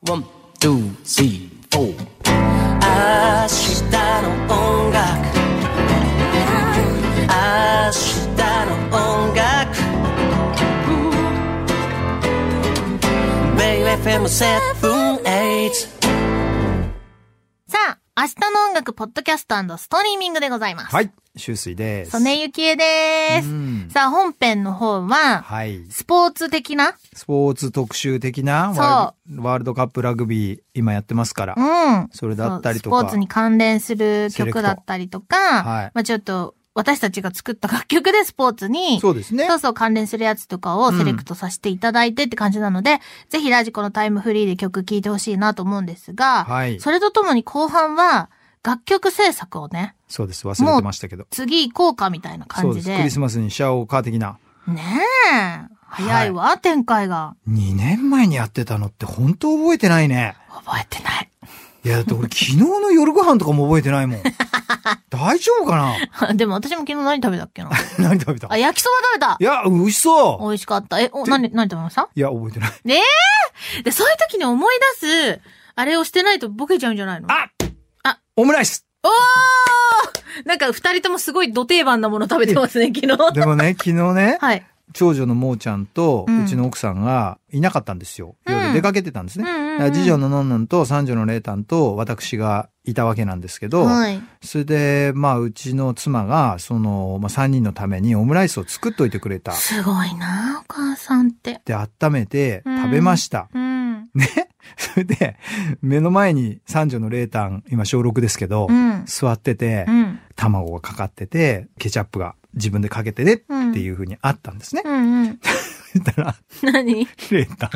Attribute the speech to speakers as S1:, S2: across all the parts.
S1: One, two, three, four 明日の音楽明日の音楽 BayFM78
S2: さあ、明日の音楽、ポッドキャストストリーミングでございます。
S3: はい、周水です。
S2: 曽根ゆきえで
S3: うん
S2: す。さあ、本編の方は、
S3: はい。
S2: スポーツ的な、
S3: スポーツ特集的な
S2: そう
S3: ワールワールドカップラグビー今やってますから
S2: う。ん。
S3: それだったりと
S2: そう
S3: か。
S2: スポーツに関連する
S3: セレク
S2: 曲
S3: ト
S2: だったりとか、
S3: はい
S2: まあちょっと、私たちが作った楽曲でスポーツに、
S3: そうですね
S2: そう。そう関連するやつとかをセレクトさせていただいてって感じなので、ぜひラジコのタイムフリーで曲聴いてほしいなと思うんですが、
S3: はい
S2: それとともに後半は楽曲制作をね、
S3: そうです。忘れてましたけど。
S2: 次行こうかみたいな
S3: そ
S2: 感
S3: う
S2: じ
S3: です。
S2: で。
S3: クリスマスにシャオーカー的な。
S2: ねえ。早いわ、展開が。
S3: 2年前にやってたのって本当覚えてないね。
S2: 覚えてない。
S3: いや、だって俺昨日の夜ご飯とかも覚えてないも ん。大丈夫かな
S2: でも私も昨日何食べたっけ な。
S3: 何食べた
S2: あ、焼きそば食
S3: い
S2: べた
S3: や、美味しそ
S2: 美味しかった。え、お、何、何食べました
S3: ういや、覚えてない。
S2: で、そういう時に思い出す、あれをしてないとボケちゃうんじゃないの
S3: あ
S2: あ
S3: オムライス
S2: おーなんか二人ともすごい土定番なもの食べてます ね、昨日。
S3: でもね、昨日ね、
S2: はい。
S3: 長女のもーちゃんと、
S2: うん
S3: うちの奥さんがいなかったんですよ。
S2: うん
S3: 夜出かけてたんですね。
S2: うんうんうん
S3: だから次女ののんのんと三女のれいたんと私がいたわけなんですけど、
S2: はい。
S3: それで、まあ、うちの妻が、その、まあ、三人のためにオムライスを作っといてくれた。
S2: すごいなお母さんって。
S3: で、温めて食べました。
S2: うん。
S3: それで、目の前に三女のレータン、今小6ですけど、
S2: うん。
S3: 座ってて
S2: う、ん。
S3: 卵がかかってて、ケチャップが自分でかけてねっていう風にあったんですね。
S2: うん うん。
S3: そしたら、
S2: 何
S3: レータ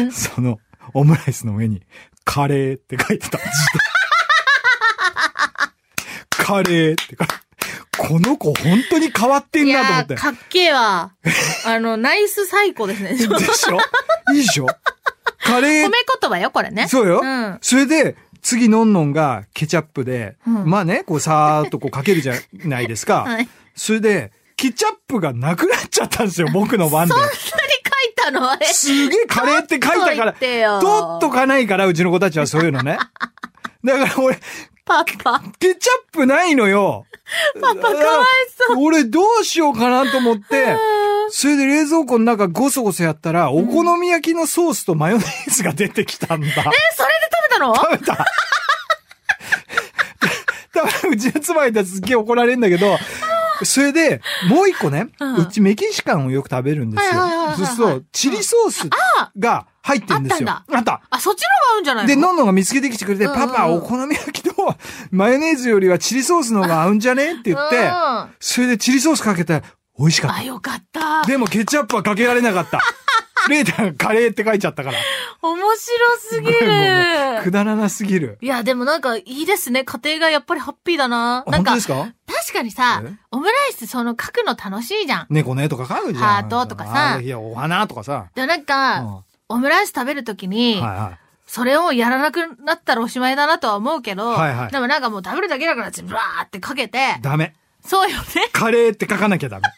S3: ン、その、オムライスの上に、カレーって書いてたんですよ。カレーって書いて、この子本当に変わってん
S2: い
S3: なと思
S2: や
S3: って
S2: ー、。かっけえわ。あの、ナイスサイコ ですね。褒
S3: でしょいいでしょカレ
S2: め
S3: ー。
S2: 言葉よ、これね。
S3: そうよ。
S2: うん。
S3: それで、次、のんのんがケチャップで、
S2: うん
S3: まあね、こう、さーっとこうかけるじゃないです か。
S2: はい。
S3: それで、ケチャップがなくなっちゃったんですよ、僕の 番で。
S2: それ書いたのあれ。
S3: すげえカレーって書いたか
S2: 取っ
S3: ら、
S2: といてよ
S3: 取っとかないから、うちの子たちはそういうのね。 だから俺、
S2: パパ。
S3: ケチャップないのよ。パパかわいそう。俺どうしようかなと思って、それで冷蔵庫の中ゴソゴソやったら、お好み焼きのソースとマヨネーズが出てきたんだ。
S2: え、それで食べたの
S3: 食べた。 多分うちの妻にいたらすっげえ怒られるんだけど、それで、もう一個ね、
S2: うん
S3: うちメキシカンをよく食べるんですよ
S2: はいはいはいはいは。い
S3: そうすると、チリソースが入ってるんですよ。
S2: あ
S3: あった。
S2: あ、そっちの方が合うんじゃないの
S3: で、のんのんが見つけてきてくれて、
S2: うんうん
S3: パパ、お好み焼きと マヨネーズよりはチリソースの方が合うんじゃねって言って、
S2: うん
S3: それでチリソースかけたら美味しかっ
S2: あ、よかった
S3: た。。でもケチャップはかけられな かった。レーダーがカレーって書いちゃったから。
S2: 面白すぎる。
S3: もうくだらなすぎる。
S2: いや、でもなんかいいですね。家庭がやっぱりハッピーだな。な
S3: 本
S2: ん
S3: 当
S2: か
S3: で、すか
S2: 確かにさ
S3: え、
S2: オムライスその書くの楽しいじゃん。
S3: 猫ねとか書くじゃん。
S2: ハートとかさ
S3: あいや、お花とかさ。
S2: でもなん
S3: うん
S2: か、
S3: は
S2: オムライス食べるとき
S3: い
S2: に、
S3: は
S2: それをやらなくなったらおしまいだなとは思うけど、
S3: はいはい
S2: でもなんかもう食べるだけだから、ブワーってかけて
S3: い。、ダメ。
S2: そう よね。
S3: カレーって書かなきゃダメ。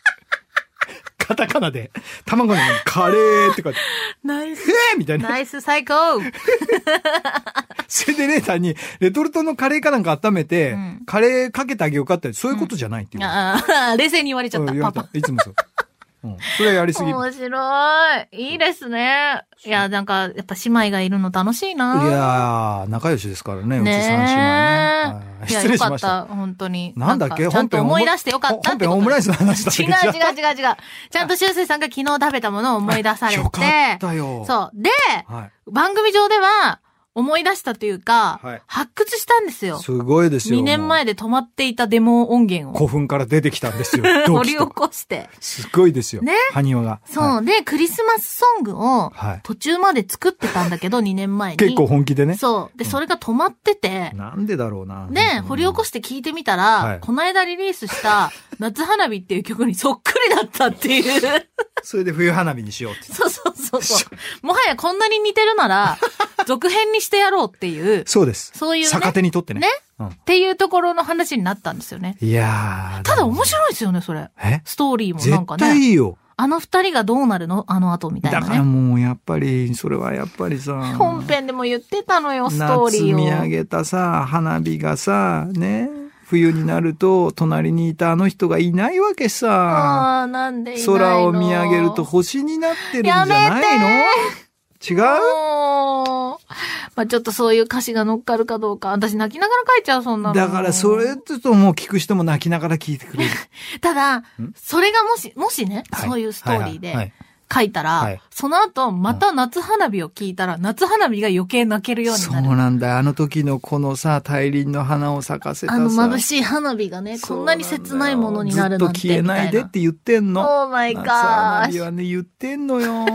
S3: カタカナで、卵の上にカレーって書 いて、
S2: ナイス。
S3: えーみたいな。
S2: ナイス最高
S3: それでレーターに、レトルトのカレーかなんか温めて、
S2: うん
S3: カレーかけてあげようかって、そういうことじゃないっていう。
S2: ああ、冷静に言われちゃ
S3: うん
S2: った、
S3: 言わ
S2: パ
S3: れた
S2: パ。。
S3: いつもそう。うん。それはやりすぎ。い
S2: 面白い。いいですね。いや、なんか、やっぱ姉妹がいるの楽しいな。
S3: やー、仲良しですからね、うち三姉妹ね
S2: ね
S3: は
S2: え。
S3: い。
S2: いや、
S3: 失礼
S2: よ
S3: し
S2: か
S3: ま
S2: っ
S3: した。
S2: た、本当に。
S3: なんだっけ
S2: かちゃんと
S3: 本編オム
S2: 思い出してよかったってことで
S3: 本編オムライスの話だった
S2: 違う
S3: け
S2: 違う
S3: ど
S2: 違う違う。ちゃんと修正さんが昨日食べたものを思い出されて。
S3: よかったよ。
S2: そう。で、
S3: はい。
S2: 番組上では、思い出したというか、
S3: はい
S2: 発掘したんですよ。
S3: すごいですよ。
S2: 2年前で止まっていたデモ音源を
S3: 古墳から出てきたんで すよ。
S2: 掘
S3: 同
S2: り
S3: 期
S2: 起
S3: と
S2: こ
S3: か。
S2: して。
S3: すごいですよ。
S2: ね
S3: 埴輪が。
S2: そう、
S3: はい
S2: で、クリスマスソングを
S3: はい、
S2: 途中まで作ってたんだ けど、2年前に。
S3: 結構本気でね。
S2: そう。で、それが止まってて、
S3: なんでだろうな。
S2: で、
S3: うん
S2: 掘り起こして聞いてみたら、
S3: はい
S2: この間リリース した、夏花火っていう曲にそっくりだったっていう。
S3: それで冬花火にしようって。
S2: そうそうそうそう。もはやこんなに似てるな ら、続編にしてやろうっていう、っ
S3: そうです。
S2: そういうね
S3: 逆手にとってね。
S2: ね
S3: うん
S2: ていうところの話になったんですよね。
S3: いやー
S2: ただ面
S3: い。
S2: 白いですよね、それ。
S3: え
S2: ストーリーもなんか
S3: 絶
S2: ね。
S3: 対いいよ。
S2: あの二人がどうなるのあの後みたいな
S3: だから
S2: ね。
S3: もうやっぱり、それはやっぱりさ、
S2: 本編でも言ってたのよ、ストーリ
S3: 夏見
S2: ー
S3: 上
S2: を。
S3: げたさ、花火がさ、ね、冬になると隣にいたあの人がいないわけさ。
S2: ああー、なんでいないの
S3: 空を見上げると星になってるんじゃないの
S2: や
S3: 違う
S2: もうまあちょっとそういう歌詞が乗っかるかどうか。私泣きながら書いちゃう、そんなの。
S3: だからそれちょっともう聞く人も泣きながら聞いてくれる。
S2: ただ、それがもし、もしね、そういうストーリー
S3: はいはい
S2: で書いたら、
S3: はい
S2: その後、また夏花火を聞いたら、夏花火が余計泣けるように
S3: そ
S2: な
S3: う
S2: る。
S3: なんだよ。あの時のこのさ、大輪の花を咲かせた
S2: あ
S3: さ。
S2: の眩しい花火がね、こんなに切ないものになるなんて。
S3: そうなんだよずっと消えないでって言ってん
S2: オ
S3: の。
S2: ーマイ
S3: 夏花
S2: ガ
S3: 火
S2: ー
S3: はね、言ってんのよ。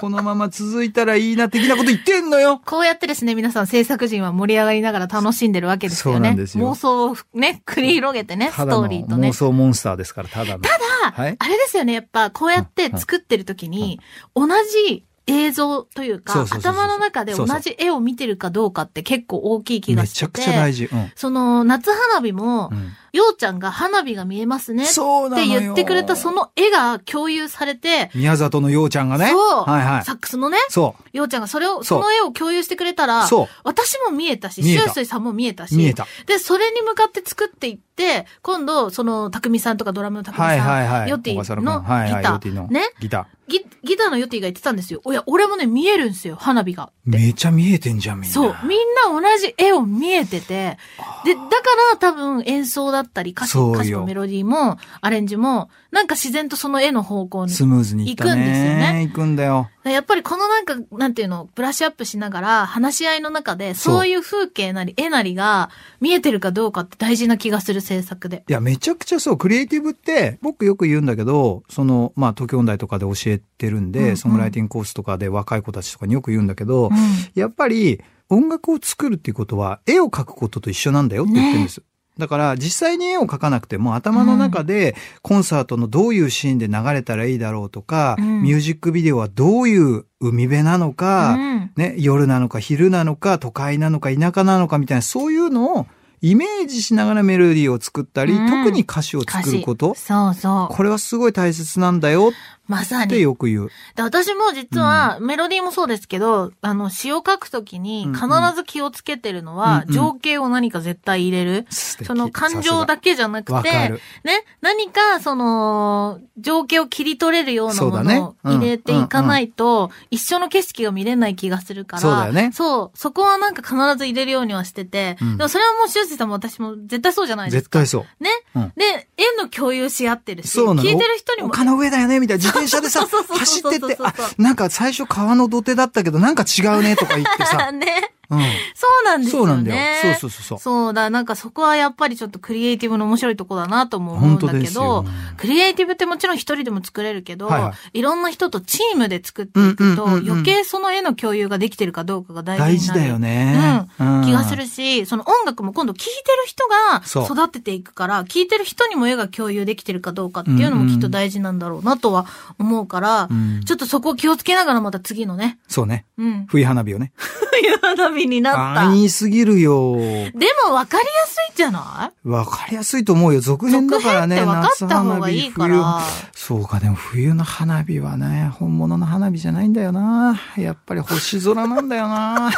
S3: このまま続いたらいいな的なこと言ってんのよ。
S2: こうやってですね、皆さん制作陣は盛り上がりながら楽しんでるわけですよね。
S3: そうなんですよ
S2: 妄想をね、繰り広げてね、ス
S3: ただ
S2: ト
S3: の
S2: ーリーとね
S3: 妄。想モンスターですから、ただの。ただはい。
S2: あれですよね、やっぱこうやって作ってる時に、同じ映像というか、
S3: そうそうそうそう
S2: 頭の中で同じ絵を見てるかどうかって結構大きい気が
S3: め
S2: してて。
S3: ちゃくちゃ大事。うん。
S2: その、夏花火も
S3: う、ん
S2: ようちゃんが花火が見えますねっ
S3: そうなの
S2: て
S3: よ。
S2: 言ってくれたその絵が共有されて、
S3: 宮里のようちゃんがね。
S2: そう、
S3: はいはい。
S2: サックスのね、
S3: そ
S2: ようちゃんがそれを、そ
S3: そ
S2: うの絵を共有してくれた
S3: う。
S2: ら、
S3: そ
S2: 私も見えたし、
S3: 見えた
S2: 周水さんも見えた
S3: う。
S2: し、
S3: 見えた。
S2: で、それに向かって作っていって、今度、その、匠さんとかドラムの匠さん、
S3: はいはいはい。
S2: ヨティ
S3: 小笠原
S2: の
S3: 君はいは
S2: ギ
S3: い、
S2: ター
S3: ヨティの
S2: ね
S3: ギタ
S2: ギギターのヨティが言ってたんですよ。おや、俺もね、見えるんですよ、花火が。
S3: ー。めちゃ見えてんじゃん、みんな。
S2: そう。みんな同じ絵を見えてて、で、だから多分演奏だったり歌詞、
S3: そうよ
S2: 歌詞のメロディーも、アレンジも、なんか自然とその絵の方向に。
S3: スムーズにいった
S2: 行くんですよ
S3: ね。
S2: ね
S3: 行くんだよ。
S2: やっぱりこのなんか、なんていうの、ブラッシュアップしながら、話し合いの中で、
S3: そう
S2: そういう風景なり、絵なりが見えてるかどうかって大事な気がする制作で。
S3: いや、めちゃくちゃそう、クリエイティブって、僕よく言うんだけど、その、まあ、東京音大とかで教えてるんで、
S2: うんうん
S3: ソングライティングコースとかで若い子たちとかによく言うんだけど、
S2: うん。
S3: やっぱり音楽を作るっていうことは絵を描くことと一緒なんだよって言ってるんです。だから実際に絵を描かなくても頭の中でコンサートのどういうシーンで流れたらいいだろうとか、
S2: うん
S3: ミュージックビデオはどういう海辺なのか、
S2: うん
S3: ね、夜なのか昼なのか都会なのか田舎なのかみたいなそういうのをイメージしながらメロディーを作ったり、
S2: うん
S3: 特に歌詞を作ること
S2: 歌詞そうそう。
S3: これはすごい大切なんだよ
S2: まさ
S3: って
S2: に。
S3: よく言う。
S2: で私も実は、メロディーもそうですけど、あの、詩を書くときに
S3: うんうん
S2: 必ず気をつけてるのは
S3: う、んうん
S2: 情景を何か絶対入れる。
S3: 素敵
S2: その感情だけじゃな
S3: わ
S2: く
S3: か
S2: て、
S3: る
S2: ね、何かその、情景を切り取れるような
S3: そう
S2: も
S3: だね
S2: のを入れていかないと、一緒の景色が見れない気がするから、
S3: そうだよね
S2: そう、そこはなんか必ず入れるようにはしてて、
S3: うん
S2: でもそれはもう修士さんも私も絶対そうじゃないです
S3: 絶
S2: か。
S3: 対そう。
S2: ね、
S3: うん
S2: で、縁の共有し合ってるし、
S3: そうなの
S2: 聞いてる人にも、
S3: 丘の上だよねみたいな自転車でさ
S2: そうそうそうそう
S3: 走ってって
S2: そうそう
S3: あ
S2: そう
S3: なんか最初川の土手だったけどなんか違うねとか言って さ、
S2: ね、
S3: う
S2: そうなん
S3: ん、
S2: です
S3: そう
S2: よ
S3: なんだ
S2: ね。
S3: よそうそうそうそう
S2: そうだ、なんかそこはやっぱりちょっとクリエイティブの面白いとこだなとも思うん
S3: 本当
S2: だ
S3: で
S2: け
S3: す
S2: ど
S3: よ、
S2: クリエイティブってもちろん一人でも作れるけど、
S3: はい
S2: い
S3: は
S2: ろんな人とチームで作っていくと、
S3: うんうんうんうん
S2: 余計その絵の共有ができてるかどうかが大
S3: 大
S2: 事
S3: 事
S2: になる。
S3: だよね、うん
S2: 気がするし、その音楽も今度聴いてる人
S3: そう
S2: が育てていくから、聴いてる人にも絵が共有できてるかどうかっていうのもきっと大事なんだろうなとは思うから、
S3: うん
S2: ちょっとそこを気をつけながらまた次のね、
S3: そうね
S2: うん、
S3: 冬花火をね
S2: 冬花火になった。
S3: 安易すぎるよ
S2: でも分かりやすいんじゃない
S3: わかりやすいと思うよ続編だ
S2: 続
S3: から
S2: 編っ
S3: ね
S2: て分か
S3: 夏
S2: った
S3: 花
S2: 方
S3: 火
S2: がいいか
S3: 冬
S2: ら。
S3: そうかでも冬の花火はね本物の花火じゃないんだよなやっぱり星空なんだ よな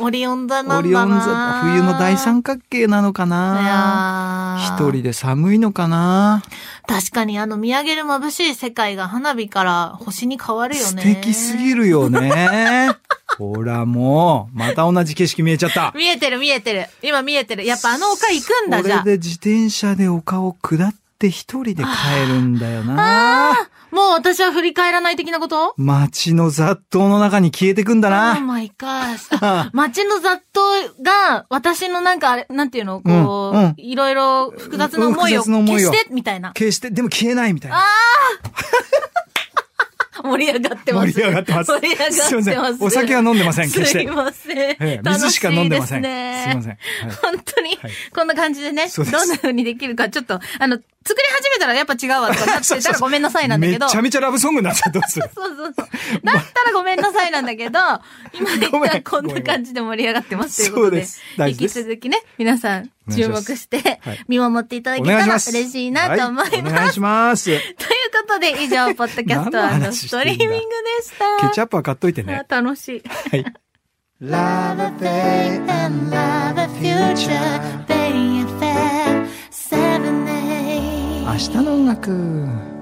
S2: オリオン座なんだな。
S3: オリオン座冬の大三角形なのか
S2: い
S3: な
S2: や
S3: 一
S2: ー
S3: 人で寒いのかな、
S2: 確かにあの見上げる眩しい世界が花火から星に変わるよ
S3: 素
S2: ね。
S3: 敵すぎる よね。ほらもう、また同じ景色見えちゃった。
S2: 見えてる見えてる。今見えてる。やっぱあの丘行くんだ
S3: こ
S2: じゃ
S3: れ
S2: あ。
S3: で自転車で丘を下って一人で帰るんだよな。
S2: もう私は振り返らない的なこと
S3: 街の雑踏の中に消えてくんだ
S2: あ h
S3: な。
S2: マイカ ー。街の雑踏が私のなんかあれ、なんていうの、こう、
S3: うんうん
S2: いろいろ複雑な思いを
S3: 複雑な思
S2: 消
S3: いを
S2: して、みたいな。
S3: 決して、でも消えないみたいな。
S2: 盛り上がってます。
S3: 盛り上がってます。
S2: 盛り上がってます。
S3: いません。お酒は飲んでません、決し
S2: す
S3: て
S2: い。ません。
S3: ええ水しか飲んでません。すい
S2: 楽し
S3: ま
S2: いですね
S3: せん。はい
S2: 本当に
S3: はい、
S2: こんな感じでね、
S3: そうです
S2: どんな風にできるか、ちょっと、あの、作り始めたらやっぱ違うわとかなってたらごめんなさいなんだ
S3: め
S2: けど。
S3: ち
S2: そ
S3: ゃ
S2: う
S3: めちゃラブソングになっちゃうどうする
S2: そうそう。だったらごめんなさいなんだけど、今で
S3: ごめ
S2: 言
S3: ん
S2: ったらこんな感じで盛り上がってますということで、
S3: そうです大
S2: 引
S3: 事
S2: き
S3: です
S2: 続きね、皆さん
S3: お願い
S2: 注
S3: しま
S2: 目
S3: す
S2: して
S3: はい
S2: 見守っていただ
S3: お
S2: けた
S3: 願いし
S2: ら
S3: ます。
S2: 嬉しいなと思います。
S3: はお願いします。
S2: ということで、以上、ポッドキャス
S3: 何の
S2: ト
S3: 話
S2: ス
S3: してん
S2: ト
S3: だ
S2: リーミングでした。
S3: ケチャップは買っといてね。
S2: あ楽しい。
S3: はい。
S1: Love affair and love a future, Bay FM 7 8
S3: 明日の音楽。